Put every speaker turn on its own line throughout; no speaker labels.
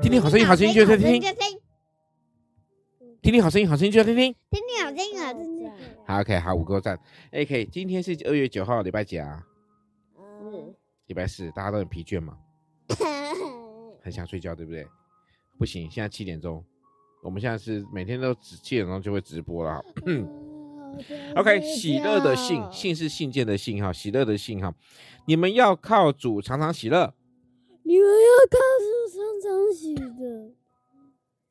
听听好声音，好声音就在听听，
听听
听听好声音，好声音就在听听。
好声
啊
音，好声音。
好，OK，好，五个赞。OK，今天是二月九号，礼拜几啊？
嗯，
礼拜四，大家都很疲倦嘛，很想睡觉，对不对？不行，现在七点钟，我们现在是每天都只七点钟就会直播了。OK，喜乐的信，信是信件的信哈，喜乐的信哈，你们要靠主常常喜乐。
你们要告诉常常喜的，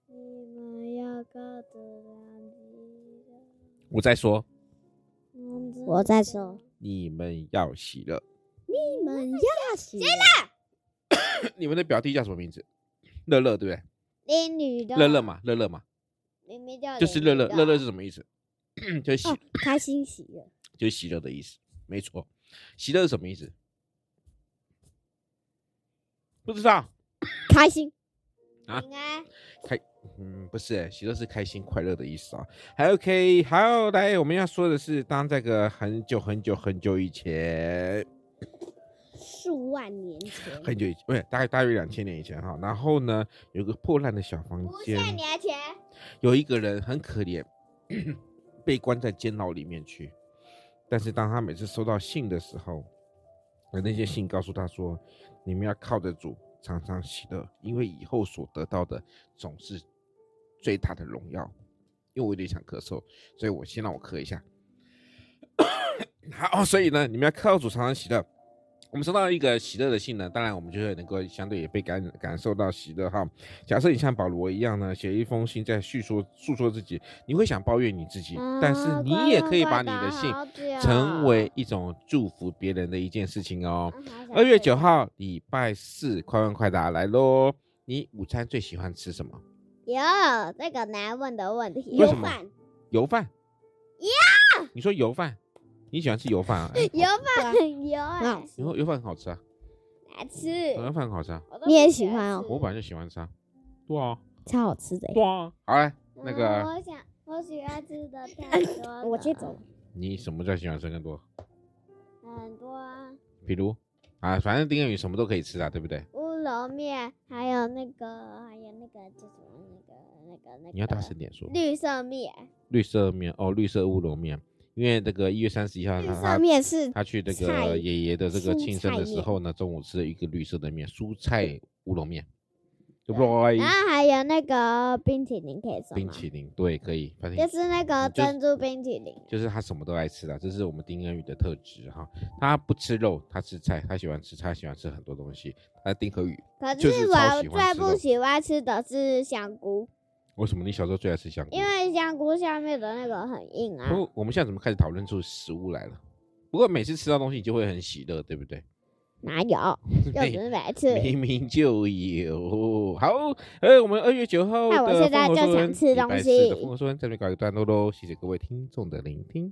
你们要告诉常喜的。
我再说，
我在说，
你们要喜乐。
你们要喜
你们的表弟叫什么名字？乐乐，对不对？
那女的
乐乐，嘛，乐乐嘛，
明明叫
就是乐乐。乐乐是什么意思？ 就是喜
哦，开心喜乐，
就是喜乐的意思，没错。喜乐是什么意思？不知道。
开心
啊
平安，
嗯，不是欸，喜乐是开心快乐的意思啊。还 OK，好，来，我们要说的是，当这个很久很久很久以前，
数万年前，
很久以前，不是大概大约两千年以前哈。然后呢，有个破烂的小房
不
间，
限年前，
有一个人很可怜， 被关在监牢里面去。但是当他每次收到信的时候，而那些信告诉他说：“你们要靠着主，常常喜乐，因为以后所得到的总是最大的荣耀。”因为我有点想咳嗽，所以我先让我咳一下。 好，所以呢，你们要靠主，常常喜乐。我们收到一个喜乐的信呢，当然我们就会能够相对也被感感受到喜乐哈。假设你像保罗一样呢，写一封信在叙说诉说自己，你会想抱怨你自己，
嗯
但是
啊
你也可以把你的信
信
成为一种祝福别人的一件事情
啊
哦。
嗯
二月九号，礼拜四，快问快答来喽！你午餐最喜欢吃什么？
哟，这个难问的问题，
为
有
什么
饭，
油饭。你说油饭，你喜欢吃油饭 啊？哎
油
好
饭油
很好
啊，
吃
油油饭很好吃啊，
难吃
油饭很好吃啊，
你也喜欢哦
我本来就喜欢吃啊。对啊，
超好吃的欸。
对啊。好嘞，那
嗯
个
我想我喜欢吃的太多 了，
我接走了，
你什么叫喜欢吃更多？
很多啊
比如啊，反正丁彦雨什么都可以吃啊，对不对？
乌龙面，还有那个还有那个叫什么那个那个那个，
你要啊大声点说。
绿色面，
绿色面哦，绿色乌龙面，因为这个一月三十一号
绿
他
色
他
面是
他去这
菜
个爷爷的这个
蔬
庆生
菜
的时
面
候呢，中午吃了一个绿色的面，蔬菜乌龙面，对不对
啊
然？后还有那个冰淇淋可以说吗
冰淇淋对，可以，反
就
正
是那个
你就是
珍珠冰淇淋，
就是他什么都爱吃的，啊这是我们丁恩宇的特质哈。他不吃肉，他吃菜，他喜欢吃，菜，喜欢吃很多东西。他丁和宇，
可
就是超
我
喜欢
最
吃
不
的
喜欢吃的是香菇，
为什么你小时候最爱吃香菇？
因为香菇下面的那个很硬啊
不。过我们现在怎么开始讨论出食物来了？不过每次吃到东西，你就会很喜乐，对不对？
哪 有？又不是每次。
明明就有。好，呃，我们二月九号的
那我现在
疯狂
就
说
想
文
吃
礼
东
拜四的
西
风和说文这边告一个段落喽，谢谢各位听众的聆听。